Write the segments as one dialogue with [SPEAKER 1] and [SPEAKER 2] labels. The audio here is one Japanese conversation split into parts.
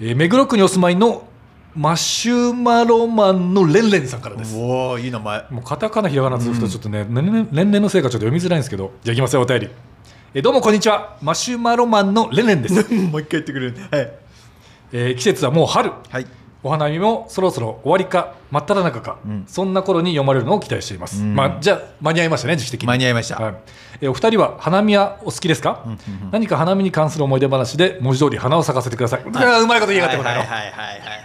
[SPEAKER 1] えー目黒区にお住まいのマシュマロマンのレンレンさんからです
[SPEAKER 2] おおいい名前
[SPEAKER 1] もうカタカナひらがなずっとちょっとね、年々年々のせいかちょっと読みづらいんですけどじゃあいきますよお便りえーどうもこんにちはマシュマロマンのレンレンです、
[SPEAKER 2] もう一回言ってくれるはい、
[SPEAKER 1] えー季節はもう春
[SPEAKER 2] はい、
[SPEAKER 1] お花見もそろそろ終わりか真っ只中か、
[SPEAKER 2] うん
[SPEAKER 1] そんな頃に読まれるのを期待しています、
[SPEAKER 2] うん
[SPEAKER 1] まあ、じゃあ間に合いましたね時期的に
[SPEAKER 2] 間に合いました、
[SPEAKER 1] はいえーお二人は花見はお好きですか、何か花見に関する思い出話で文字通り花を咲かせてください、うわーうまいこと言いやがってこ
[SPEAKER 2] はい
[SPEAKER 1] ないの、
[SPEAKER 2] はいはいはいはいはい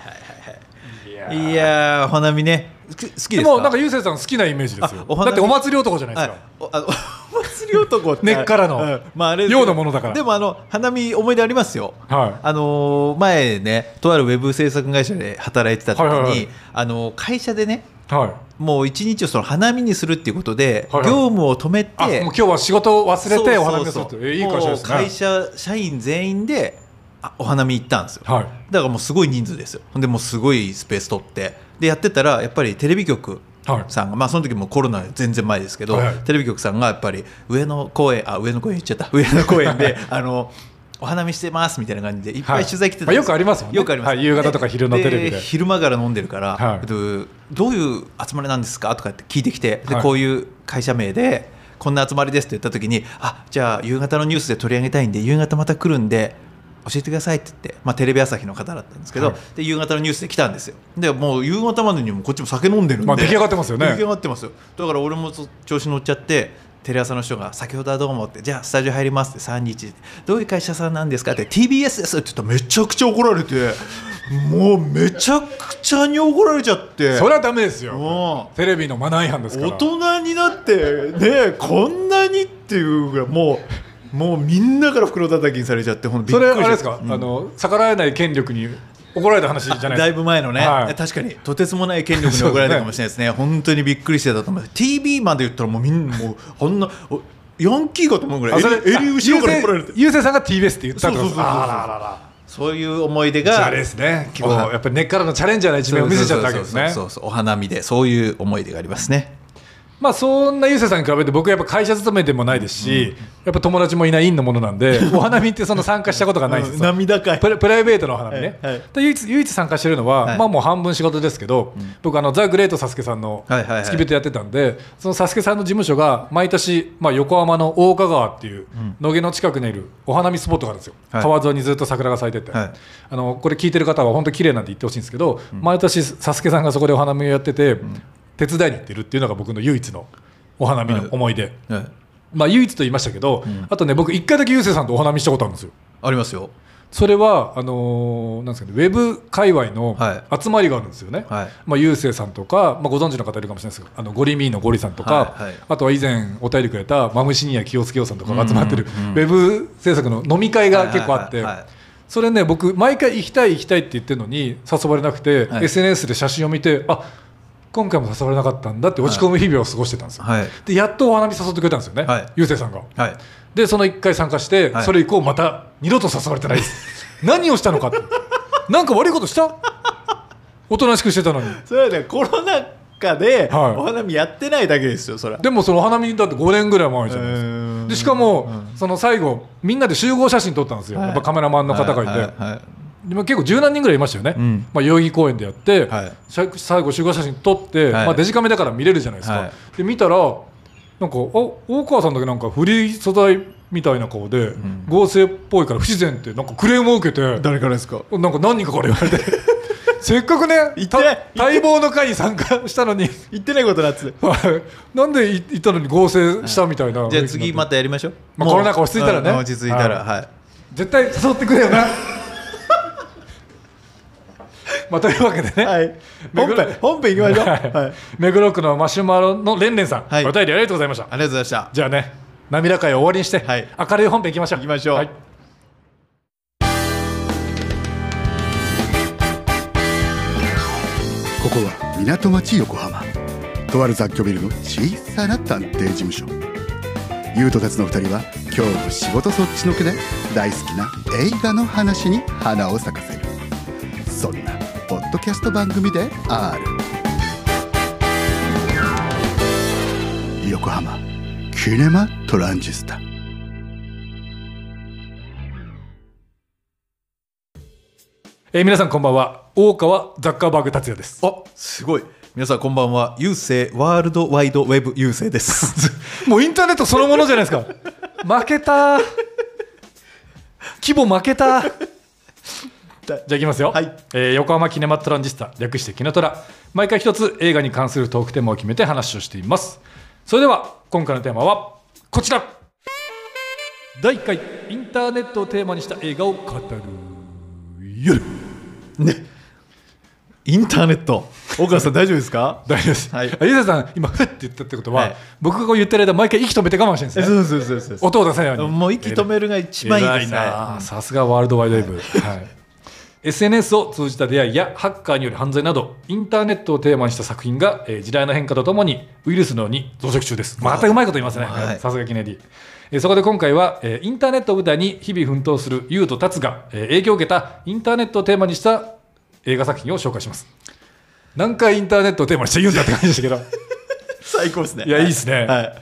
[SPEAKER 1] いやー
[SPEAKER 2] いやーお花見ね好き好きですか
[SPEAKER 1] でもなんかゆうせいさん好きなイメージですよ
[SPEAKER 2] あお花
[SPEAKER 1] だ
[SPEAKER 2] 見
[SPEAKER 1] ってお祭り男じゃないですか、
[SPEAKER 2] はいおあの お祭り男って
[SPEAKER 1] 根っからの
[SPEAKER 2] うんまああれですけど
[SPEAKER 1] ようなものだから
[SPEAKER 2] でもあの花見思い出ありますよ
[SPEAKER 1] はい
[SPEAKER 2] あのー前ねとあるウェブ制作会社で働いてた時に、
[SPEAKER 1] はいはいはい
[SPEAKER 2] あのー会社でね
[SPEAKER 1] はい
[SPEAKER 2] もう一日をその花見にするっていうことで、
[SPEAKER 1] はいはい
[SPEAKER 2] 業務を止めて
[SPEAKER 1] あもう今日は仕事を忘れてお花見をす
[SPEAKER 2] そ
[SPEAKER 1] る
[SPEAKER 2] う
[SPEAKER 1] と
[SPEAKER 2] そうそう
[SPEAKER 1] えーいい会社ですね
[SPEAKER 2] もう会社社員全員であお花見行ったんですよ、
[SPEAKER 1] はい
[SPEAKER 2] だからもうすごい人数ですよほんでもうすごいスペース取ってでやってたらやっぱりテレビ局
[SPEAKER 1] はい
[SPEAKER 2] さんが、まあその時もコロナ全然前ですけど、
[SPEAKER 1] はいはい
[SPEAKER 2] テレビ局さんがやっぱり上野公園あ上野公園行っちゃった 上野公 園であのお花見してますみたいな感じでいっぱい取材来てたんで
[SPEAKER 1] はいまあ
[SPEAKER 2] す
[SPEAKER 1] よくありますもんね
[SPEAKER 2] よくあります、
[SPEAKER 1] はい夕方とか昼のテレビで
[SPEAKER 2] 昼間から飲んでるから、
[SPEAKER 1] はい
[SPEAKER 2] えっとどういう集まりなんですかとかって聞いてきてで、
[SPEAKER 1] はい
[SPEAKER 2] こういう会社名でこんな集まりですって言った時にあじゃあ夕方のニュースで取り上げたいんで夕方また来るんで教えてくださいって言って、まあ、テレビ朝日の方だったんですけど、
[SPEAKER 1] はい
[SPEAKER 2] で夕方のニュースで来たんですよでもう夕方までにもこっちも酒飲んでるんで、
[SPEAKER 1] まあ出来上がってますよね
[SPEAKER 2] 出来上がってますよだから俺もそ調子乗っちゃってテレ朝の人が「先ほどはどうも」って「じゃあスタジオ入ります」って3日どういう会社さんなんですか?」って「TBS です」って言ったらめちゃくちゃ怒られてもうめちゃくちゃに怒られちゃって
[SPEAKER 1] それはダメですよ
[SPEAKER 2] うん
[SPEAKER 1] テレビのマナー違反ですから
[SPEAKER 2] 大人になってねこんなにっていうぐらいもうもうみんなから袋叩きにされちゃってほんとび
[SPEAKER 1] そ
[SPEAKER 2] っく
[SPEAKER 1] れ
[SPEAKER 2] り
[SPEAKER 1] あれ
[SPEAKER 2] した
[SPEAKER 1] ですか、あの逆らえない権力に怒られた話じゃないですか
[SPEAKER 2] だいぶ前のね、
[SPEAKER 1] はい
[SPEAKER 2] 確かにとてつもない権力に怒られたかもしれないですね本当にびっくりしてたと思う TV まで言ったらもうみんなもうこんなおヤンキーかと思うぐらい
[SPEAKER 1] あそ
[SPEAKER 2] 襟
[SPEAKER 1] れ
[SPEAKER 2] 襟後ろから怒られて
[SPEAKER 1] ゆうせいゆうせいさんが TBS って言ったってこと
[SPEAKER 2] そうそうそうそう
[SPEAKER 1] あらららら
[SPEAKER 2] そういう思い出
[SPEAKER 1] じゃあ
[SPEAKER 2] が
[SPEAKER 1] あれですね結構
[SPEAKER 2] おは
[SPEAKER 1] やっぱり根っからのチャレンジャーな一面を見せちゃったわけですね
[SPEAKER 2] そうそうそうそうお花見でそういう思い出がありますね
[SPEAKER 1] まあそんなゆうせいさんに比べて僕はやっぱ会社勤めでもないですし、やっぱ友達もいない院のものなんでお花見ってその参加したことがないんですよ、
[SPEAKER 2] 涙かい
[SPEAKER 1] プラプライベートのお花見ね、
[SPEAKER 2] はいはい
[SPEAKER 1] で唯一唯一参加してるのは、
[SPEAKER 2] はい
[SPEAKER 1] まあもう半分仕事ですけど、僕あのザ・グレートサスケさんの
[SPEAKER 2] はいはいはい
[SPEAKER 1] 付き人やってたんで、そのサスケさんの事務所が毎年、まあ、横浜の大川川っていう野毛の近くにいるお花見スポットがあるんですよ、
[SPEAKER 2] はい
[SPEAKER 1] 川沿いにずっと桜が咲いてて、
[SPEAKER 2] はい
[SPEAKER 1] あのこれ聞いてる方は本当綺麗なんて言ってほしいんですけど、毎年サスケさんがそこでお花見をやってて、手伝いに行ってるっていうのが僕の唯一のお花見の思い出、
[SPEAKER 2] うん
[SPEAKER 1] まあ唯一と言いましたけど、あとね僕一回だけゆうせいさんとお花見したことあるんですよ
[SPEAKER 2] ありますよ
[SPEAKER 1] それはあのーなんですかねウェブ界隈の
[SPEAKER 2] は
[SPEAKER 1] 集まりがあるんですよね、
[SPEAKER 2] はい
[SPEAKER 1] まあ、ゆうせいさんとか、まあ、ご存知の方いるかもしれないですけどあのゴリミーのゴリさんとか、
[SPEAKER 2] はいはい
[SPEAKER 1] あとは以前お便りくれたマムシニア清介さんとかが集まってるウ
[SPEAKER 2] うんうんうん
[SPEAKER 1] ェブ制作の飲み会が結構あって
[SPEAKER 2] はいはいはいはい
[SPEAKER 1] それね僕毎回行きたい行きたいって言ってるのに誘われなくて、
[SPEAKER 2] はい
[SPEAKER 1] SNS で写真を見てあ今回も誘われなかったんだって落ち込む日々を過ごしてたんですよ、
[SPEAKER 2] はい
[SPEAKER 1] でやっとお花見誘ってくれたんですよね、
[SPEAKER 2] はい
[SPEAKER 1] ゆうせいさんが。
[SPEAKER 2] はい
[SPEAKER 1] でその1回参加して、
[SPEAKER 2] はい
[SPEAKER 1] それ以降また二度と誘われてないです 何をしたのかってなんか悪いことしたおとなしくしてたのに
[SPEAKER 2] それはねコロナ禍で
[SPEAKER 1] はい
[SPEAKER 2] お花見やってないだけですよそれは
[SPEAKER 1] でもそのお花見だって5年ぐらい前じゃないです
[SPEAKER 2] うー
[SPEAKER 1] か
[SPEAKER 2] ん
[SPEAKER 1] でしかも、その最後みんなで集合写真撮ったんですよ、
[SPEAKER 2] はい
[SPEAKER 1] やっぱカメラマンの方がいて、
[SPEAKER 2] はいはいはい
[SPEAKER 1] でも結構十何人ぐらいいましたよね、
[SPEAKER 2] うん
[SPEAKER 1] まあ、代々木公園でやって、
[SPEAKER 2] はい
[SPEAKER 1] しゃ最後集合写真撮って、
[SPEAKER 2] はい
[SPEAKER 1] まあ、デジカメだから見れるじゃないですか、
[SPEAKER 2] はい
[SPEAKER 1] で見たらなんかあ大川さんだけなんかフリー素材みたいな顔で、合成っぽいから不自然ってなんかクレームを受けて
[SPEAKER 2] 誰からですか
[SPEAKER 1] なんか何人かから言われ てせっかくね
[SPEAKER 2] いて
[SPEAKER 1] た
[SPEAKER 2] いて
[SPEAKER 1] 待望の会に参加したのに
[SPEAKER 2] 言ってないことなっつって
[SPEAKER 1] なんでい行ったのに合成したみたいな、
[SPEAKER 2] じゃあ次またやりましょう。
[SPEAKER 1] まあ
[SPEAKER 2] もう
[SPEAKER 1] コロナ禍落ち着いたらね
[SPEAKER 2] うん落ち着いたら、
[SPEAKER 1] はい
[SPEAKER 2] はい。
[SPEAKER 1] 絶対誘ってくれよ なまあというわけでね、
[SPEAKER 2] はい。本編、本編行きましょう。はい。
[SPEAKER 1] 目黒区のマシュマロのレンレンさん、
[SPEAKER 2] はい
[SPEAKER 1] お便りありがとうございました
[SPEAKER 2] ありがとうございました。
[SPEAKER 1] じゃあね涙会を終わりにして、
[SPEAKER 2] はい
[SPEAKER 1] 明るい本編いきましょう
[SPEAKER 2] 行きましょう
[SPEAKER 1] はい
[SPEAKER 3] ここは港町横浜とある雑居ビルの小さな探偵事務所優斗たちの2人は今日も仕事そっちのけで大好きな映画の話に花を咲かせるそんなポッドキャスト番組である横浜キネマトランジスタ
[SPEAKER 1] えー皆さんこんばんは大川ザッカーバーグ達也です
[SPEAKER 2] あすごい皆さんこんばんは郵政ワールドワイドウェブ郵政です
[SPEAKER 1] もうインターネットそのものじゃないですか負けたー規模負けたーじゃあいきますよ、
[SPEAKER 2] はい
[SPEAKER 1] えー横浜キネマトランジスタ略してキネトラ毎回一つ映画に関するトークテーマを決めて話をしていますそれでは今回のテーマはこちら第1回インターネットをテーマにした映画を語る夜
[SPEAKER 2] ねインターネット大川さん大丈夫です か
[SPEAKER 1] 大丈夫です、
[SPEAKER 2] は
[SPEAKER 1] あ
[SPEAKER 2] い
[SPEAKER 1] ゆうせいさん今ふって言ったってことは、
[SPEAKER 2] はい
[SPEAKER 1] 僕がこう言ってる間毎回息止めて我慢してるんです
[SPEAKER 2] え
[SPEAKER 1] ね
[SPEAKER 2] そうそうそうそう
[SPEAKER 1] 音を出さないように
[SPEAKER 2] もう息止めるが一番いいですね
[SPEAKER 1] 偉なさすがワールドワイドウェブ、はい、SNS を通じた出会いやハッカーによる犯罪などインターネットをテーマにした作品が、えー時代の変化とともにウイルスのように増殖中ですまたうまいこと言いますね
[SPEAKER 2] はい
[SPEAKER 1] さすがキネディ、えーそこで今回は、えーインターネットを舞台に日々奮闘する優と達が、えー影響を受けたインターネットをテーマにした映画作品を紹介します何回インターネットをテーマにして言うんだって感じでし たけど
[SPEAKER 2] 最高ですね
[SPEAKER 1] いやいいですね
[SPEAKER 2] はい、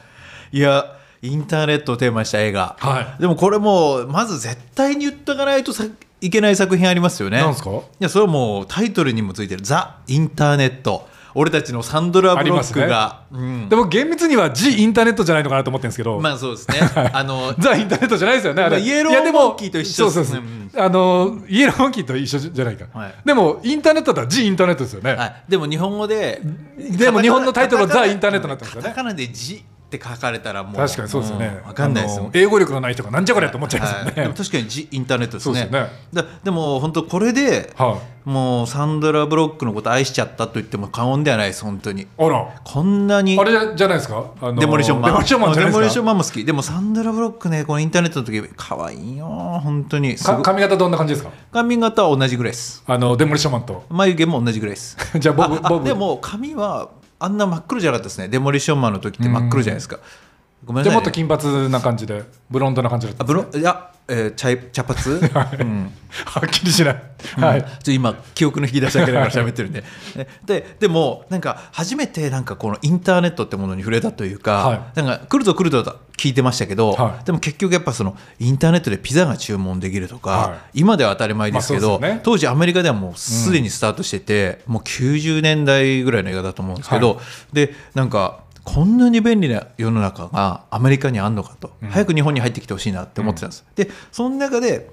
[SPEAKER 2] いやインターネットをテーマにした映画、
[SPEAKER 1] はい
[SPEAKER 2] でもこれもうまず絶対に言っとかないとさいけない作品ありますよね
[SPEAKER 1] なんですか
[SPEAKER 2] いやそれはもうタイトルにもついてる「ザ・インターネット」俺たちのサンドラ・ブロックが
[SPEAKER 1] あ
[SPEAKER 2] ま、うん
[SPEAKER 1] でも厳密には「ジ・インターネット」じゃないのかなと思ってるんですけど、
[SPEAKER 2] まあそうですねあの
[SPEAKER 1] ザ・インターネットじゃないですよね、あれ
[SPEAKER 2] まあイエロー
[SPEAKER 1] いやでも
[SPEAKER 2] モンキーと一緒です
[SPEAKER 1] そうそうそう、
[SPEAKER 2] うん
[SPEAKER 1] あのイエローモンキーと一緒じゃないか、
[SPEAKER 2] はい
[SPEAKER 1] でもインターネットだったら、ジ・インターネットですよね、
[SPEAKER 2] はい、でも日本語で
[SPEAKER 1] でも日本のタイトルは
[SPEAKER 2] カカナ
[SPEAKER 1] ザインターネットになってますよね
[SPEAKER 2] カタカナで「ジ」って書かれたらもう
[SPEAKER 1] 確かにそうですよね、
[SPEAKER 2] んわかんないです
[SPEAKER 1] あ
[SPEAKER 2] よ
[SPEAKER 1] の英語力のない人がなんじゃこりゃと思っちゃいますよ
[SPEAKER 2] は
[SPEAKER 1] ね、
[SPEAKER 2] いでも確かにジインターネットです
[SPEAKER 1] そう
[SPEAKER 2] ね
[SPEAKER 1] ですよね
[SPEAKER 2] だでも本当これで、
[SPEAKER 1] は
[SPEAKER 2] もうサンドラ・ブロックのこと愛しちゃったと言っても過言ではないです本当に
[SPEAKER 1] あら、
[SPEAKER 2] こんなに
[SPEAKER 1] あれじゃないですか、あの
[SPEAKER 2] デモリションマン
[SPEAKER 1] デモリションマンじゃない
[SPEAKER 2] デモリ
[SPEAKER 1] で
[SPEAKER 2] シ
[SPEAKER 1] す
[SPEAKER 2] ョン
[SPEAKER 1] か。
[SPEAKER 2] マンも好きでもサンドラ・ブロックねこのインターネットの時可愛いよ本当にす
[SPEAKER 1] か
[SPEAKER 2] ごい
[SPEAKER 1] 髪型どんな感じですか
[SPEAKER 2] 髪型は同じぐらいです
[SPEAKER 1] あのデモリションマンと
[SPEAKER 2] 眉毛も同じぐらいです
[SPEAKER 1] じゃあボブ
[SPEAKER 2] あ
[SPEAKER 1] ボブ
[SPEAKER 2] でも髪はあんな真っ黒じゃなかったですねデモリションマンの時って真っ黒じゃないですかごめん
[SPEAKER 1] じ
[SPEAKER 2] な
[SPEAKER 1] ゃあ
[SPEAKER 2] さ
[SPEAKER 1] も
[SPEAKER 2] い、
[SPEAKER 1] っ
[SPEAKER 2] ね
[SPEAKER 1] と、金髪な感じでブロンドな感じだった
[SPEAKER 2] あブロいや、えー、茶い茶髪、うん
[SPEAKER 1] はっきりしない、はい
[SPEAKER 2] ちょっと今記憶の引き出しだけだから喋ってるんで ねででもなんか初めてなんかこのインターネットってものに触れたというか、
[SPEAKER 1] は
[SPEAKER 2] なんか来るぞ来るぞと聞いてましたけど、
[SPEAKER 1] はい
[SPEAKER 2] でも結局やっぱそのインターネットでピザが注文できるとか、
[SPEAKER 1] は
[SPEAKER 2] 今では当たり前ですけ
[SPEAKER 1] まあそ
[SPEAKER 2] ど、
[SPEAKER 1] うですよね
[SPEAKER 2] 当時アメリカではもうすでにスタートしてて、もう90年代ぐらいの映画だと思うんですけど、でなんかこんなに便利な世の中がアメリカにあんのかと、早く日本に入ってきてほしいなって思ってたんです、でその中で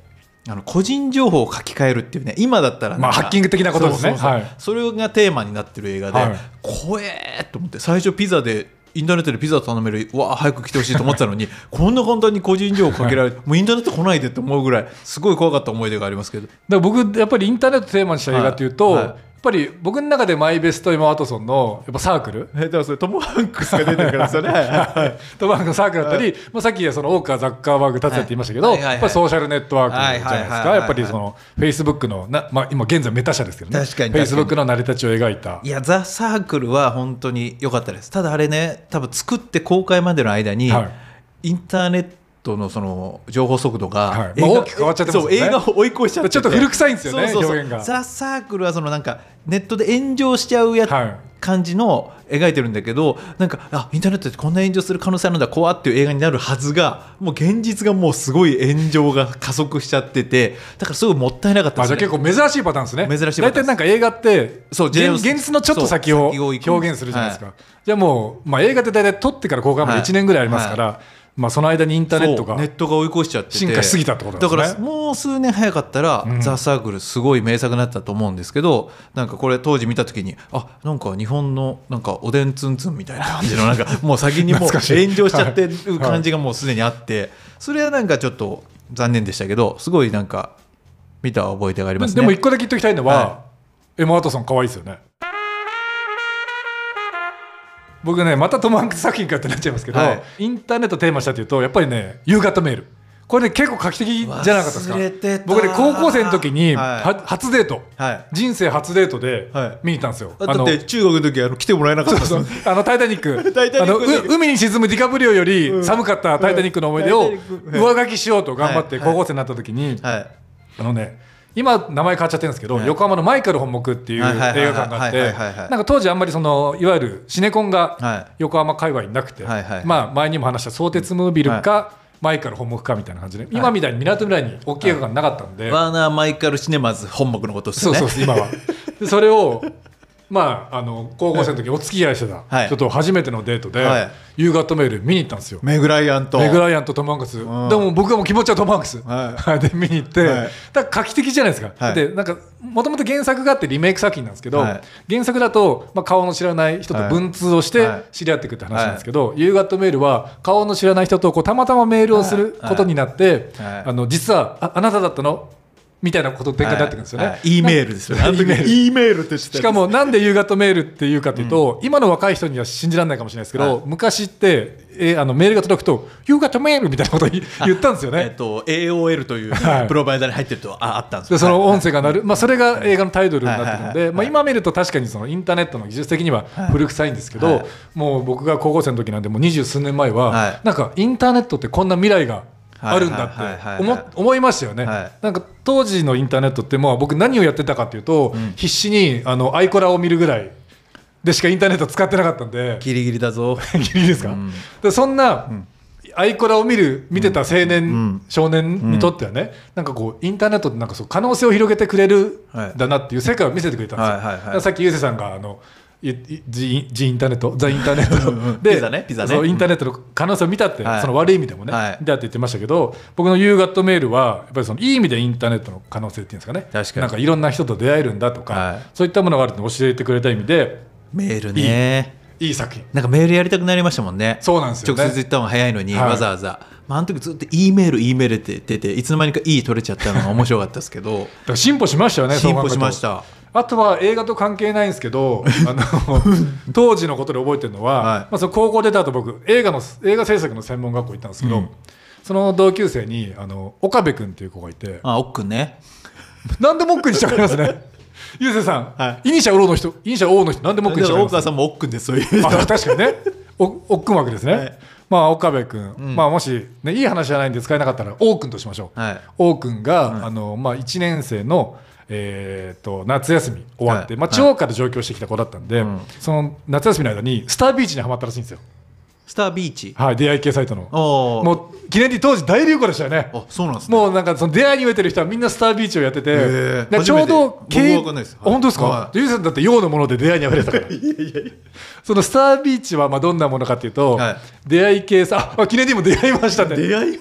[SPEAKER 2] あの個人情報を書き換えるっていうね今だったらなんか
[SPEAKER 1] まあハッキング的なことですね
[SPEAKER 2] そうそうそう
[SPEAKER 1] はい
[SPEAKER 2] それがテーマになってる映画で、
[SPEAKER 1] はい
[SPEAKER 2] 怖えと思って最初ピザでインターネットでピザ頼めるうわあ早く来てほしいと思ってたのにこんな簡単に個人情報かけられて、もうインターネット来ないでって思うぐらいすごい怖かった思い出がありますけど
[SPEAKER 1] だから僕やっぱりインターネットテーマにした映画というと、
[SPEAKER 2] はいはい
[SPEAKER 1] やっぱり僕の中でマイベスト・エマ・ワトソンのやっぱサークル
[SPEAKER 2] えだからそれトム・ハンクスが出てるから ですよね
[SPEAKER 1] トバンクのサークルだったり、まあ、さっきその大川ザッカーバーグ達也って言いましたけど、
[SPEAKER 2] はいはいはいは
[SPEAKER 1] やっ
[SPEAKER 2] い
[SPEAKER 1] ぱりソーシャルネットワークじゃないです
[SPEAKER 2] はいはいはい
[SPEAKER 1] か
[SPEAKER 2] はい
[SPEAKER 1] やっぱりそのフェイスブックのな、まあ、今現在メタ社ですけどね
[SPEAKER 2] 確かに
[SPEAKER 1] フ
[SPEAKER 2] 確か
[SPEAKER 1] ェ
[SPEAKER 2] に
[SPEAKER 1] イスブックの成り立ちを描いた
[SPEAKER 2] いやザ・サークルは本当に良かったですただあれね多分作って公開までの間に、
[SPEAKER 1] は
[SPEAKER 2] インターネットのその情報速度が、
[SPEAKER 1] はいまあ
[SPEAKER 2] 映画
[SPEAKER 1] 大きく変わっちゃってますよね
[SPEAKER 2] そう映画を追い越しちゃってて
[SPEAKER 1] ちょっと古臭いんですよね
[SPEAKER 2] そうそうそう
[SPEAKER 1] 表現が
[SPEAKER 2] ザ・サークルはそのなんかネットで炎上しちゃうや、
[SPEAKER 1] はい
[SPEAKER 2] 感じの描いてるんだけどなんかあインターネットってこんな炎上する可能性あるんだ怖っていう映画になるはずがもう現実がもうすごい炎上が加速しちゃっててだからすごいもったいなかった
[SPEAKER 1] あ
[SPEAKER 2] です
[SPEAKER 1] じゃ
[SPEAKER 2] ね
[SPEAKER 1] あ結構珍しいパターンですね
[SPEAKER 2] 珍しいパター
[SPEAKER 1] 大
[SPEAKER 2] ンです
[SPEAKER 1] 体なんか映画って
[SPEAKER 2] そう
[SPEAKER 1] 現
[SPEAKER 2] JS
[SPEAKER 1] 現実のちょっと先を
[SPEAKER 2] そう先を行く
[SPEAKER 1] 表現するじゃないですか、じゃあもう、まあ、映画って大体撮ってから公開まで1年ぐらいありますから、まあ、その間にインターネット
[SPEAKER 2] そう
[SPEAKER 1] が
[SPEAKER 2] ネットが追い越しちゃってて
[SPEAKER 1] 進化しすぎたってことなんですね
[SPEAKER 2] だからもう数年早かったら「ザ・サークル」すごい名作になったと思うんですけどなんかこれ当時見た時にあなんか日本のなんかおでんツンツンみたいな感じのな んかもう先にもう
[SPEAKER 1] 懐かしい
[SPEAKER 2] 炎上しちゃってる感じがもうすでにあってそれはなんかちょっと残念でしたけどすごいなんか見た覚えてがあります
[SPEAKER 1] で
[SPEAKER 2] ね
[SPEAKER 1] も一個だけ言っておきたいのは、
[SPEAKER 2] は
[SPEAKER 1] エマ・ワトソン可愛いですよね僕ねまたトム・ハンクス作品かってなっちゃいますけど、
[SPEAKER 2] はい
[SPEAKER 1] インターネットテーマしたっていうとやっぱりね夕方メールこれね結構画期的じゃなかったですか
[SPEAKER 2] 忘れてた
[SPEAKER 1] 僕ね高校生の時に、
[SPEAKER 2] はい
[SPEAKER 1] は初デート、
[SPEAKER 2] はい
[SPEAKER 1] 人生初デートで
[SPEAKER 2] はい
[SPEAKER 1] 見に行ったんですよ、
[SPEAKER 2] だ
[SPEAKER 1] の
[SPEAKER 2] って中国の時あの来てもらえなかったです
[SPEAKER 1] そ
[SPEAKER 2] もん
[SPEAKER 1] う
[SPEAKER 2] ね
[SPEAKER 1] あのタイタニック
[SPEAKER 2] タイタニック
[SPEAKER 1] あのう
[SPEAKER 2] タイタニック
[SPEAKER 1] 海に沈むディカプリオより寒かったタイタニックの思い出を
[SPEAKER 2] うんタイタニック
[SPEAKER 1] 上書きしようと頑張って
[SPEAKER 2] はいはい
[SPEAKER 1] 高校生になった時に、
[SPEAKER 2] はい
[SPEAKER 1] あのね今名前変わっちゃってるんですけど、
[SPEAKER 2] はい
[SPEAKER 1] 横浜のマイカル本木っていう映
[SPEAKER 2] はいはい
[SPEAKER 1] 画
[SPEAKER 2] はいはい
[SPEAKER 1] 館があって
[SPEAKER 2] はいはいはいはい
[SPEAKER 1] なんか当時あんまりそのいわゆるシネコン
[SPEAKER 2] は
[SPEAKER 1] が
[SPEAKER 2] い
[SPEAKER 1] 横浜界隈になくて、
[SPEAKER 2] はいはいはい
[SPEAKER 1] まあ、前にも話した相鉄ムービルか、前から本目かみたいな感じで、今みたいに港未来に大きい映画館なかったんで、
[SPEAKER 2] ワーナー・マイカル・シネマズ本目のことです
[SPEAKER 1] そ
[SPEAKER 2] よ
[SPEAKER 1] う
[SPEAKER 2] ね
[SPEAKER 1] そうそう今はでそれをまああの高校生の時お付き合いしてた、
[SPEAKER 2] はい
[SPEAKER 1] ちょっと初めてのデートで、
[SPEAKER 2] はい
[SPEAKER 1] 夕方メール見に行ったんですよ
[SPEAKER 2] メグライアンと
[SPEAKER 1] メグライアンとトム・ハンクス、
[SPEAKER 2] ん
[SPEAKER 1] でも僕はもう気持ちはトム・ハンクス、
[SPEAKER 2] は
[SPEAKER 1] で見に行って、
[SPEAKER 2] はい
[SPEAKER 1] だから画期的じゃないですか、
[SPEAKER 2] はい
[SPEAKER 1] でなんかもともと原作があってリメイク作品なんですけど、
[SPEAKER 2] はい
[SPEAKER 1] 原作だと、まあ、顔の知らない人と文通をし
[SPEAKER 2] は
[SPEAKER 1] て
[SPEAKER 2] い
[SPEAKER 1] 知り合っていくって話なんですけど、夕方メールは顔の知らない人とこうたまたまメールをすることになって、
[SPEAKER 2] はいはい
[SPEAKER 1] あの実はああなただったのみたいなこと展開になってくるんですよね。
[SPEAKER 2] はいはい E メールですよね。
[SPEAKER 1] な
[SPEAKER 2] あの時
[SPEAKER 1] E メール
[SPEAKER 2] E メールって知って
[SPEAKER 1] しかもなんで夕方メールっていうかというと、今の若い人には信じられないかもしれないですけど、
[SPEAKER 2] はい
[SPEAKER 1] 昔って、えーあのメールが届くと夕方メールみたいなことを言い言ったんですよ
[SPEAKER 2] えっ
[SPEAKER 1] ね。
[SPEAKER 2] と AOL という
[SPEAKER 1] はい
[SPEAKER 2] プロバイダーに入ってるとああったんです
[SPEAKER 1] で
[SPEAKER 2] よ
[SPEAKER 1] その
[SPEAKER 2] はい
[SPEAKER 1] 音声が鳴る、まあ、それが映画のタイトルになってるの
[SPEAKER 2] はいはいはい
[SPEAKER 1] で、
[SPEAKER 2] はい
[SPEAKER 1] まあ、今見ると確かにそのインターネットの技術的には古臭いんですけど、
[SPEAKER 2] はい
[SPEAKER 1] もう僕が高校生の時なんでもう二十数年前は、
[SPEAKER 2] はい
[SPEAKER 1] なんかインターネットってこんな未来があるんだ
[SPEAKER 2] はいはいはいは
[SPEAKER 1] って
[SPEAKER 2] い
[SPEAKER 1] 思思いましたよね、
[SPEAKER 2] はい
[SPEAKER 1] なんか当時のインターネットってもう僕何をやってたかというと、必死にあのアイコラを見るぐらいでしかインターネット使ってなかったんで
[SPEAKER 2] ギリギリだ ぞ。
[SPEAKER 1] ギリですか、でそんな、アイコラを見る見てた青年、
[SPEAKER 2] ん
[SPEAKER 1] 少年にとってはね、なんかこうインターネットってなんかそう可能性を広げてくれる
[SPEAKER 2] はい
[SPEAKER 1] だなっていう世界を見せてくれたんですよ、
[SPEAKER 2] はいはいはい
[SPEAKER 1] だからさっきゆうせいさんがあのいいジジインターネットザインターネットで
[SPEAKER 2] ピザねピザね
[SPEAKER 1] そうインターネットの可能性を見たって、
[SPEAKER 2] はい
[SPEAKER 1] その悪い意味でもね、
[SPEAKER 2] はい
[SPEAKER 1] だって言ってましたけど僕の夕方メールはやっぱりそのいい意味でインターネットの可能性っていうんですかね
[SPEAKER 2] 確かに
[SPEAKER 1] なんかいろんな人と出会えるんだとか、
[SPEAKER 2] はい
[SPEAKER 1] そういったものがあるって教えてくれた意味で
[SPEAKER 2] メールね。
[SPEAKER 1] いい作品
[SPEAKER 2] なんかメールやりたくなりましたもんね。
[SPEAKER 1] そうなんですよね
[SPEAKER 2] 直接言った方が早いのに、
[SPEAKER 1] はい
[SPEAKER 2] わざわざ。まあ、あの時ずっと E メール、E メールって言ってて、いつの間にか E 取れちゃったのが面白かったですけど、
[SPEAKER 1] だから進歩しましたよね
[SPEAKER 2] 進歩
[SPEAKER 1] そう
[SPEAKER 2] し
[SPEAKER 1] 考え
[SPEAKER 2] ま
[SPEAKER 1] ると
[SPEAKER 2] した。
[SPEAKER 1] あとは映画と関係ないんですけ どあの当時のことで覚えてるのは、
[SPEAKER 2] はい
[SPEAKER 1] まあ、その高校出た後僕映画の映画制作の専門学校行ったんですけど、
[SPEAKER 2] うん
[SPEAKER 1] その同級生にあの岡部君っていう子がいて
[SPEAKER 2] あ、奥くんね。
[SPEAKER 1] なんで文句にしちゃいますね ゆうせいさん、
[SPEAKER 2] は
[SPEAKER 1] イニシャル O の人イニシャル O の人なんで
[SPEAKER 2] だ
[SPEAKER 1] 文
[SPEAKER 2] か
[SPEAKER 1] 句にしちゃ
[SPEAKER 2] ら
[SPEAKER 1] い
[SPEAKER 2] 大
[SPEAKER 1] ます
[SPEAKER 2] 川さんも奥くんです、そういう。
[SPEAKER 1] あ確かにねおおっくん枠ですね、
[SPEAKER 2] はい
[SPEAKER 1] まあ岡部君、まあ、もし、ね、いい話じゃないんで使えなかったら O 君としましょう、
[SPEAKER 2] はい
[SPEAKER 1] 王君が、あのまあ、1年生の、えー、と夏休み終わって、
[SPEAKER 2] はい
[SPEAKER 1] まあ、地方から上京してきた子だったんで、
[SPEAKER 2] ん
[SPEAKER 1] その夏休みの間にスタービーチにはまったらしいんですよ、
[SPEAKER 2] スタービーチ。
[SPEAKER 1] はい、出会い系サイトの
[SPEAKER 2] おー
[SPEAKER 1] もう記念に当時大流行でしたよね
[SPEAKER 2] あ、そうなんですね。
[SPEAKER 1] もうなんかその出会いに飢えてる人はみんなスタービーチをやってて、
[SPEAKER 2] ー
[SPEAKER 1] でちょうど
[SPEAKER 2] 初めて僕はわかんないです
[SPEAKER 1] あ本当ですか、
[SPEAKER 2] は
[SPEAKER 1] ゆうさんだって用のもので出会いに溢れてた からそのスタービーチはまあどんなものかというと、
[SPEAKER 2] はい
[SPEAKER 1] 出会い系さああ記念にも出会いましたね
[SPEAKER 2] 出会い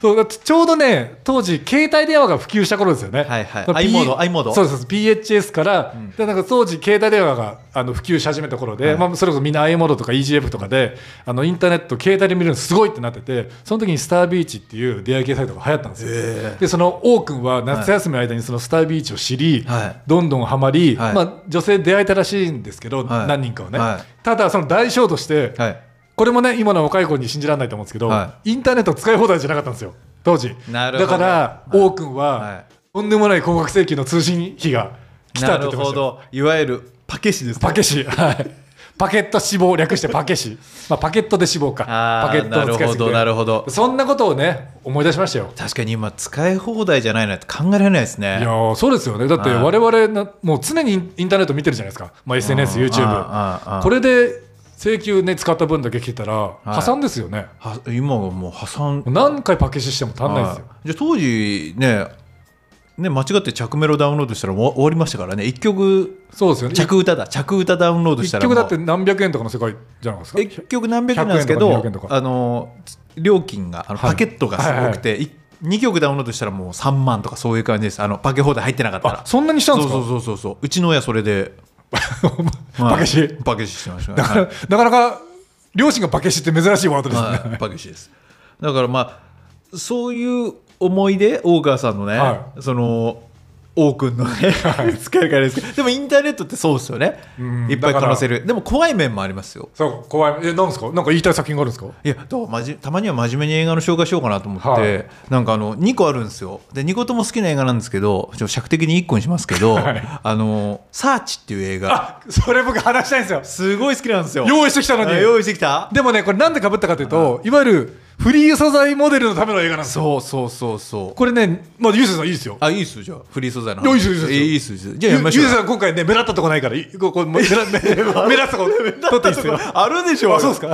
[SPEAKER 1] そうだってちょうどね当時携帯電話が普及した頃ですよね
[SPEAKER 2] はいはい
[SPEAKER 1] だから
[SPEAKER 2] i モード i モード
[SPEAKER 1] そうですそうです PHS から、でなんか当時携帯電話があの普及し始めた頃で、まあ、それこそみんな i モードとか EGF とかであのインターネット携帯で見るのすごいってなっててその時にスタービーチっていう出会い系サイトが流行ったんですよ、でその王君は夏休みの間にそのスタービーチを知り、
[SPEAKER 2] はい
[SPEAKER 1] どんどんハマり、
[SPEAKER 2] はい
[SPEAKER 1] まあ、女性出会えたらしいんですけど、
[SPEAKER 2] はい
[SPEAKER 1] 何人かはね、
[SPEAKER 2] はい
[SPEAKER 1] ただその代償として、
[SPEAKER 2] はい。
[SPEAKER 1] これもね今の若い子に信じられないと思うんですけど、
[SPEAKER 2] は
[SPEAKER 1] インターネット使い放題じゃなかったんですよ当時
[SPEAKER 2] なるほど
[SPEAKER 1] だから
[SPEAKER 2] はい
[SPEAKER 1] 王君は、
[SPEAKER 2] はい
[SPEAKER 1] とんでもない高額請求の通信費が来た
[SPEAKER 2] な
[SPEAKER 1] って言
[SPEAKER 2] る
[SPEAKER 1] ってま
[SPEAKER 2] ほ
[SPEAKER 1] したよ
[SPEAKER 2] ど。いわゆるパケシですね。
[SPEAKER 1] パケ氏はいパケット死亡略してパケ氏、まあ、パケットで死亡か
[SPEAKER 2] あー
[SPEAKER 1] パケットの使いすぎて
[SPEAKER 2] なるほどなるほど
[SPEAKER 1] そんなことをね思い出しましたよ
[SPEAKER 2] 確かに今、使い放題じゃないなんて考えられないです
[SPEAKER 1] いや
[SPEAKER 2] ね。
[SPEAKER 1] ーそうですよねだって
[SPEAKER 2] はい
[SPEAKER 1] 我々なもう常にインインターネット見てるじゃないですか、まあ、SNS、
[SPEAKER 2] うんあー
[SPEAKER 1] YouTube
[SPEAKER 2] あー
[SPEAKER 1] これで請求ね使った分だけ来たら
[SPEAKER 2] い
[SPEAKER 1] 破産ですよね、
[SPEAKER 2] は今はもう破産
[SPEAKER 1] もう何回パケ氏しても足んないですよ
[SPEAKER 2] はいじゃあ当時ねね間違って着メロダウンロードしたらもう終わりましたからね一曲
[SPEAKER 1] そうですよね
[SPEAKER 2] 着歌だ着歌ダウンロードし
[SPEAKER 1] 一
[SPEAKER 2] たら
[SPEAKER 1] 曲
[SPEAKER 2] もう
[SPEAKER 1] だって何百円とかの世界じゃないですか。
[SPEAKER 2] 一曲何百円なんですけ
[SPEAKER 1] 100
[SPEAKER 2] ど
[SPEAKER 1] 円とか200円とか
[SPEAKER 2] あの料金があの
[SPEAKER 1] はい
[SPEAKER 2] パケットがすごくて、い二2曲ダウンロードしたらもう3万とかそういう感じですあのパケ放題入ってなかった
[SPEAKER 1] あ
[SPEAKER 2] ら
[SPEAKER 1] そんなにしたんで
[SPEAKER 2] そ
[SPEAKER 1] す
[SPEAKER 2] う
[SPEAKER 1] か
[SPEAKER 2] そうそうそうそううちの親それで、はい
[SPEAKER 1] パケシ。
[SPEAKER 2] パケシしてましたね
[SPEAKER 1] だから、なかなか両親がパケシって珍しいワードですね。
[SPEAKER 2] はい、パケシです。だからまあそういう思い出大川さんのね、
[SPEAKER 1] は
[SPEAKER 2] その王君のね、使い方ですけどでもインターネットってそうですよね、
[SPEAKER 1] ん
[SPEAKER 2] いっぱい
[SPEAKER 1] だか
[SPEAKER 2] 可
[SPEAKER 1] ら
[SPEAKER 2] 能性るでも怖い面もありますよ
[SPEAKER 1] そう、怖い。え、なんですかなんか言いたい作品があるんですか
[SPEAKER 2] いやだからまじたまには真面目に映画の紹介しようかなと思って、
[SPEAKER 1] はい
[SPEAKER 2] なんかあの2個あるんですよで2個とも好きな映画なんですけどちょっと尺的に1個にしますけど「
[SPEAKER 1] はい
[SPEAKER 2] あのサーチ」っていう映画
[SPEAKER 1] あ、それ僕話したいんですよ。
[SPEAKER 2] すごい好きなんですよ
[SPEAKER 1] 用意してきたの
[SPEAKER 2] あ
[SPEAKER 1] に。
[SPEAKER 2] 用意してきた
[SPEAKER 1] でもね、これなんで被ったかというと、いわゆる、フリー素材モデルのための映画なんですよ
[SPEAKER 2] そうそうそうそう
[SPEAKER 1] これねまあユースさんいいですよ
[SPEAKER 2] あいいっすよじゃあフリー素材の
[SPEAKER 1] いやいいっ
[SPEAKER 2] 話
[SPEAKER 1] すよいいっすよ
[SPEAKER 2] えいいっすよじゃ
[SPEAKER 1] ゆ
[SPEAKER 2] あや
[SPEAKER 1] ゆ
[SPEAKER 2] り
[SPEAKER 1] う
[SPEAKER 2] ましょう
[SPEAKER 1] じ
[SPEAKER 2] よ
[SPEAKER 1] さん今回ね目立ったとこないからいここ もう目立目目立ったとこ取っていいですよ
[SPEAKER 2] あるでしょ
[SPEAKER 1] あそうですか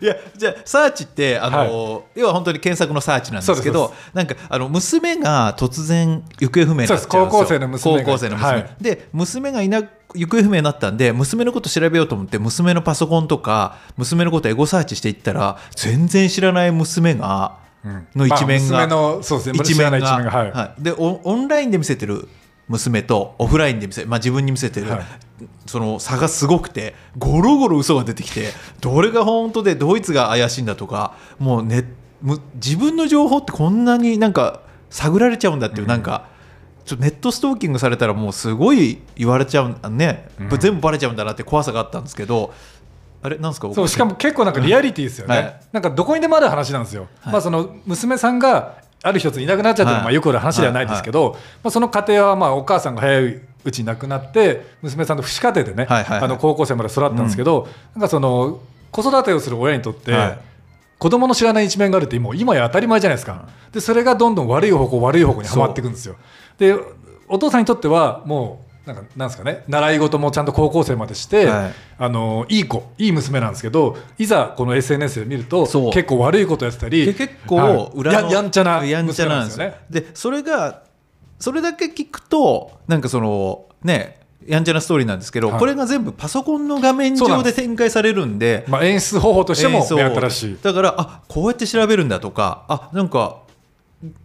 [SPEAKER 2] いやじゃあサーチってあの、要は本当に検索のサーチなんですけ
[SPEAKER 1] そう
[SPEAKER 2] どなんかあの娘が突然行方不明になっちゃ
[SPEAKER 1] そう
[SPEAKER 2] うんですよ
[SPEAKER 1] です高校生の娘が
[SPEAKER 2] 高校生の娘、
[SPEAKER 1] はい
[SPEAKER 2] で娘がいな行方不明になったんで娘のこと調べようと思って娘のパソコンとか娘のことエゴサーチしていったら全然知らない娘がの一面
[SPEAKER 1] まあ娘
[SPEAKER 2] が、
[SPEAKER 1] のそうですね
[SPEAKER 2] 一面が
[SPEAKER 1] 知らない一面がはい
[SPEAKER 2] はい、でオンオンラインで見せてる娘とオフラインで見せ、まあ、自分に見せてる、
[SPEAKER 1] はい
[SPEAKER 2] その差がすごくてゴロゴロ嘘が出てきてどれが本当でドイツが怪しいんだとかもう、ね、む自分の情報ってこんなになんか探られちゃうんだっていう、なんかちょっとネットストーキングされたらもうすごい言われちゃうね、全部バレちゃうんだなって怖さがあったんですけどあれなんですか
[SPEAKER 1] そうしかも結構なんかリアリティですよね、
[SPEAKER 2] はい
[SPEAKER 1] なんかどこにでもある話なんですよ、まあ、その娘さんがある一ついなくなっちゃったのは
[SPEAKER 2] はい
[SPEAKER 1] まあよくある話ではないですけど、まあ、その家庭はまあお母さんが早いうちに亡くなって娘さんと不死家庭でね、
[SPEAKER 2] はいはいはい
[SPEAKER 1] あの高校生まで育ったんですけど、なんかその子育てをする親にとって、
[SPEAKER 2] はい
[SPEAKER 1] 子供の知らない一面があるってもう今や当たり前じゃないですかでそれがどんどん悪い方向悪い方向にはまっていくんですよでお父さんにとってはもうなんかなんですかね習い事もちゃんと高校生までして、
[SPEAKER 2] はい
[SPEAKER 1] あのいい子いい娘なんですけどいざこの SNS で見ると
[SPEAKER 2] そう
[SPEAKER 1] 結構悪いことやってたり
[SPEAKER 2] で結
[SPEAKER 1] はい
[SPEAKER 2] 構裏の、
[SPEAKER 1] ややんちゃな
[SPEAKER 2] やんちゃ
[SPEAKER 1] 娘
[SPEAKER 2] な
[SPEAKER 1] なんん
[SPEAKER 2] で
[SPEAKER 1] ですす
[SPEAKER 2] よ
[SPEAKER 1] よ
[SPEAKER 2] ね
[SPEAKER 1] ね。
[SPEAKER 2] でそれがそれだけ聞くとなんかそのねやんちゃなストーリーなんですけど、
[SPEAKER 1] はい
[SPEAKER 2] これが全部パソコンの画面
[SPEAKER 1] そうな
[SPEAKER 2] 上
[SPEAKER 1] んで
[SPEAKER 2] で展開されるんで
[SPEAKER 1] まあ、演出方法としても
[SPEAKER 2] えーそう
[SPEAKER 1] やったらしい、
[SPEAKER 2] だからあこうやって調べるんだとかあなんか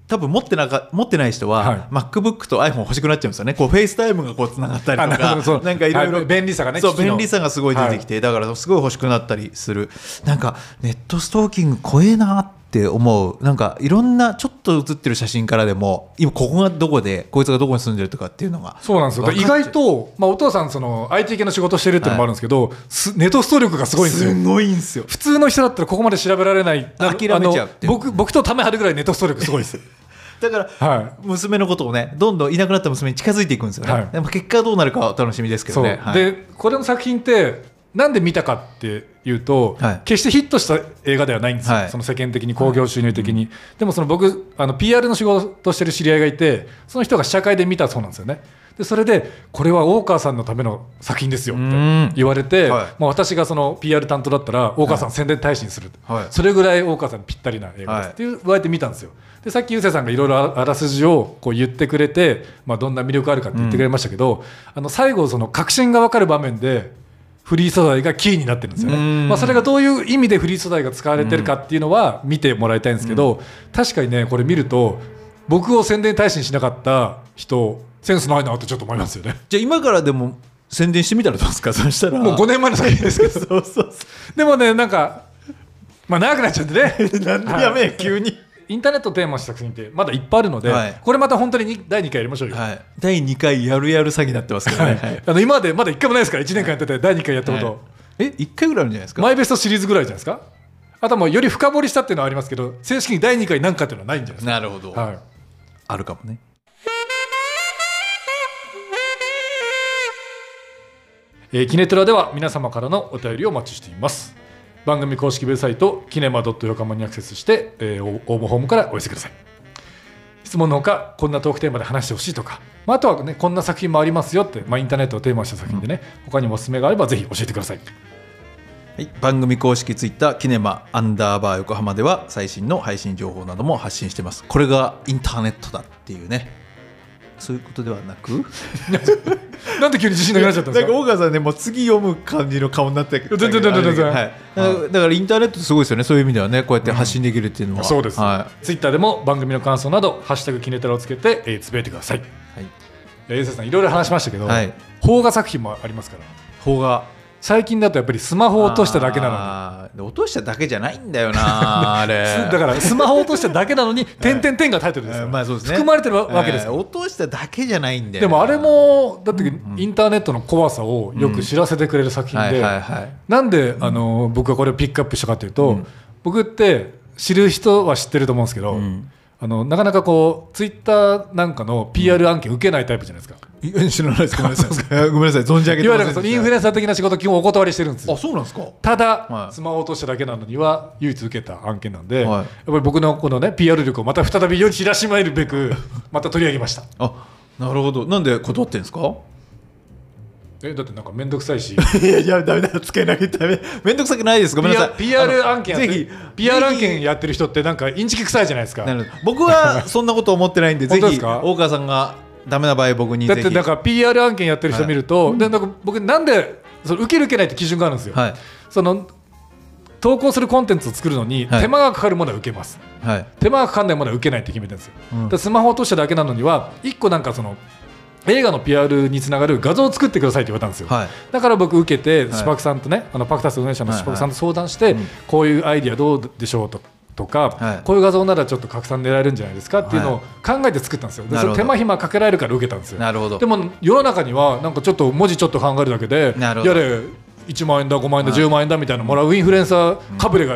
[SPEAKER 2] 多分持ってなか持ってない人は、
[SPEAKER 1] はい
[SPEAKER 2] MacBook と iPhone 欲しくなっちゃうんですよねこうフェイスタイムがこうつながったり
[SPEAKER 1] あな
[SPEAKER 2] と
[SPEAKER 1] るほどそ
[SPEAKER 2] か
[SPEAKER 1] う
[SPEAKER 2] なんかいろい
[SPEAKER 1] は
[SPEAKER 2] ろ
[SPEAKER 1] い便利さがね
[SPEAKER 2] そう
[SPEAKER 1] 機器の
[SPEAKER 2] 便利さがすごい出てきて、だからすごい欲しくなったりするなんかネットストーキング怖えなって思うなんかいろんなちょっと写ってる写真からでも今ここがどこでこいつがどこに住んでるとかっていうのが
[SPEAKER 1] そうなんですよだから意外と、まあ、お父さんその IT 系の仕事してるっていうのもあるんですけど、すネットスト力がすごいんですよ
[SPEAKER 2] すごいんですよ
[SPEAKER 1] 普通の人だったらここまで調べられない
[SPEAKER 2] 諦めちゃ
[SPEAKER 1] あ
[SPEAKER 2] う
[SPEAKER 1] の
[SPEAKER 2] っていう
[SPEAKER 1] 僕僕とため張るぐらいネットスト力すごいです
[SPEAKER 2] だから、
[SPEAKER 1] は
[SPEAKER 2] 娘のことをねどんどんいなくなった娘に近づいていくんですよね、
[SPEAKER 1] はい
[SPEAKER 2] でも結果はどうなるかはお楽しみですけ
[SPEAKER 1] そ
[SPEAKER 2] ど
[SPEAKER 1] う、
[SPEAKER 2] ね、はい
[SPEAKER 1] でこれの作品ってなんで見たかっていうと、
[SPEAKER 2] はい
[SPEAKER 1] 決してヒットした映画ではないんですよ、
[SPEAKER 2] はい
[SPEAKER 1] その世間的に興行収入的に、でもその僕あの PR の仕事してる知り合いがいてその人が試写会で見たそうなんですよねでそれでこれは大川さんのための作品ですよって
[SPEAKER 2] うん
[SPEAKER 1] 言われて、
[SPEAKER 2] はい
[SPEAKER 1] まあ、私がその PR 担当だったら大川さん宣伝大使にする、
[SPEAKER 2] はい
[SPEAKER 1] それぐらい大川さんにぴったりな映画です、
[SPEAKER 2] はい
[SPEAKER 1] っていう加えて見たんですよでさっきゆうせいさんがいろいろあらすじをこう言ってくれて、まあ、どんな魅力あるかって言ってくれましたけど、あの最後その確信が分かる場面でフリー素材がキーになってるんですよ
[SPEAKER 2] うん
[SPEAKER 1] ね、まあ、それがどういう意味でフリー素材が使われてるかっていうのは見てもらいたいんですけど、確かにねこれ見ると僕を宣伝大使にしなかった人センスないなってちょっと思いますよね
[SPEAKER 2] じゃあ今からでも宣伝してみたらどうですかそしたら
[SPEAKER 1] もう5年前の作品ですけど
[SPEAKER 2] そうそうそ
[SPEAKER 1] でもねなんかまあ長くなっちゃって ねなん
[SPEAKER 2] うやべえ急に、
[SPEAKER 1] インターネットをテーマにした作品ってまだいっぱいあるので、
[SPEAKER 2] はい
[SPEAKER 1] これまた本当にに第2回やりましょうよ、
[SPEAKER 2] はい、第2回やるやる詐欺になってますけどね、はい
[SPEAKER 1] あの今までまだ1回もないですから1年間やってて第2回やったこと、
[SPEAKER 2] はいえ1回ぐらいあるんじゃないですか
[SPEAKER 1] マイベストシリーズぐらいじゃないですかあとはもうより深掘りしたっていうのはありますけど正式に第2回なんかっていうのはないんじゃないで
[SPEAKER 2] なるほど
[SPEAKER 1] すか、はい、
[SPEAKER 2] あるかもね
[SPEAKER 1] えーキネトラでは皆様からのお便りをお待ちしています番組公式ウェブサイトキネマドット横浜にアクセスして、えー応募フォームからお寄せください質問のほかこんなトークテーマで話してほしいとか、まあ、あとはねこんな作品もありますよって、まあ、インターネットをテーマにした作品でね、他にもおすすめがあればぜひ教えてください
[SPEAKER 2] はい、番組公式ツイッターキネマアンダーバー横浜では最新の配信情報なども発信してますこれがインターネットだっていうねそういうことではなく
[SPEAKER 1] なんで急に自信なくなっちゃったんですか
[SPEAKER 2] なんか大川さんねもう次読む感じの顔になって
[SPEAKER 1] 全然全然全然
[SPEAKER 2] はい、だからだからインターネットってすごいですよねそういう意味ではねこうやって発信できるっていうのは、
[SPEAKER 1] そうです、
[SPEAKER 2] は
[SPEAKER 1] ツイッターでも番組の感想など「ハッシュタグキネトラ」をつけて、えー、つぶやいてくださいい
[SPEAKER 2] い、はい、
[SPEAKER 1] やゆうせいさんいろいろ話しましたけど、
[SPEAKER 2] はい
[SPEAKER 1] 邦画作品もありますから
[SPEAKER 2] 方が
[SPEAKER 1] 最近だとやっぱりスマホを落としただけなのに
[SPEAKER 2] のに落としただけじゃないんだよ なあれ
[SPEAKER 1] だからスマホを落としただけなの に「点々点」がタイトルですから、
[SPEAKER 2] えーまあそうですね
[SPEAKER 1] 含まれてるわけです
[SPEAKER 2] え
[SPEAKER 1] よ、
[SPEAKER 2] ー落としただけじゃないんだよ
[SPEAKER 1] でもあれ
[SPEAKER 2] も
[SPEAKER 1] もだってインターネットの怖さをよく知らせてくれる作品
[SPEAKER 2] はい
[SPEAKER 1] で
[SPEAKER 2] はいはい
[SPEAKER 1] なんであの僕がこれをピックアップしたかというと、僕って知る人は知ってると思うんですけど、あのなかなかこうツイッターなんかの PR 案件受けないタイプじゃないですか、
[SPEAKER 2] いや知らないですごめんなさい ごめんなさい存じ上げ
[SPEAKER 1] い
[SPEAKER 2] て
[SPEAKER 1] わ
[SPEAKER 2] ま
[SPEAKER 1] ゆるそ
[SPEAKER 2] せんでした
[SPEAKER 1] のインフルエンサー的な仕事基本お断りしてるんですよ
[SPEAKER 2] あそうなんですか
[SPEAKER 1] ただ、
[SPEAKER 2] はい
[SPEAKER 1] スマホを落としただけなのには唯一受けた案件なんで、
[SPEAKER 2] はい
[SPEAKER 1] やっぱり僕のこのね PR 力をまた再び世に知らしまえるべ くまた取り上げました
[SPEAKER 2] あなるほどなんで断ってんですか
[SPEAKER 1] えだってなんか面倒くさい し
[SPEAKER 2] いやいやダメだつけなきゃダメめんどくさくないですごめんなさい
[SPEAKER 1] PR,
[SPEAKER 2] あの
[SPEAKER 1] 案件やって
[SPEAKER 2] ぜひ
[SPEAKER 1] PR 案
[SPEAKER 2] ぜ
[SPEAKER 1] 件
[SPEAKER 2] ひ
[SPEAKER 1] やってる人ってなんかインチキ臭いじゃないですか
[SPEAKER 2] なるほど僕 はそんなこと思ってないんでぜ
[SPEAKER 1] 本当で
[SPEAKER 2] ひ
[SPEAKER 1] すか
[SPEAKER 2] 大川さんがダメな場合僕に
[SPEAKER 1] だ
[SPEAKER 2] ぜ
[SPEAKER 1] っ
[SPEAKER 2] ひ
[SPEAKER 1] てなんか PR 案件やってる人見ると、でなんか僕なんでその受ける受けないって基準があるんですよ、
[SPEAKER 2] はい
[SPEAKER 1] その投稿するコンテンツを作るのに
[SPEAKER 2] はい
[SPEAKER 1] 手間がかかるものは受けます、
[SPEAKER 2] はい
[SPEAKER 1] 手間がかかんないものは受けないって決めてるんですよ、
[SPEAKER 2] うん
[SPEAKER 1] だからスマホ落としただけなのには一個なんかその映画の PR につながる画像を作ってくださいって言われたんですよ、
[SPEAKER 2] はい
[SPEAKER 1] だから僕受けて
[SPEAKER 2] はい
[SPEAKER 1] スパクさんとね、あのパクタス運営者の
[SPEAKER 2] はいはい
[SPEAKER 1] スパクさんと相談して、
[SPEAKER 2] うん
[SPEAKER 1] こういうアイディアどうでしょうととか、
[SPEAKER 2] はい
[SPEAKER 1] こういう画像ならちょっと拡散狙えるんじゃないですかっていうのを
[SPEAKER 2] は
[SPEAKER 1] 考えて作ったんですよ、で
[SPEAKER 2] な
[SPEAKER 1] そ
[SPEAKER 2] る
[SPEAKER 1] れ
[SPEAKER 2] ほど
[SPEAKER 1] 手間暇かけられるから受けたんですよ
[SPEAKER 2] なるほど
[SPEAKER 1] でも世の中にはなんかちょっと文字ちょっと考えるだけで
[SPEAKER 2] なるほ
[SPEAKER 1] や
[SPEAKER 2] ど
[SPEAKER 1] れ1万円だ5万円だ
[SPEAKER 2] はい
[SPEAKER 1] 10万円だみたいなのもらうインフルエンサーかぶれが、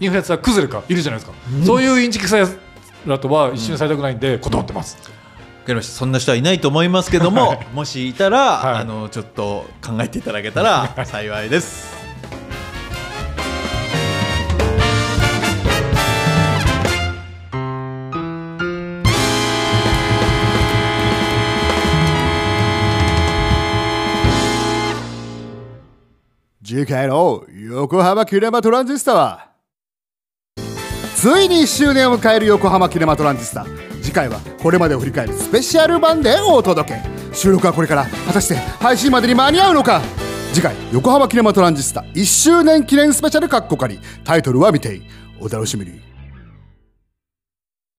[SPEAKER 1] インフルエンサー崩れかいるじゃないですか、そういうインチキ臭いやつらとは一緒にされたくないんで断ってます、
[SPEAKER 2] わかりましたそんな人はいないと思いますけどももしいたら、
[SPEAKER 1] はい
[SPEAKER 2] あのちょっと考えていただけ たら幸いです
[SPEAKER 3] 次回の横浜キュネマトランジスタはついに1周年を迎える横浜キュネマトランジスタ次回はこれまでを振り返るスペシャル版でお届け収録はこれから果たして配信までに間に合うのか次回横浜キュネマトランジスタ1周年記念スペシャルかっこかりタイトルは見ていいお楽しみに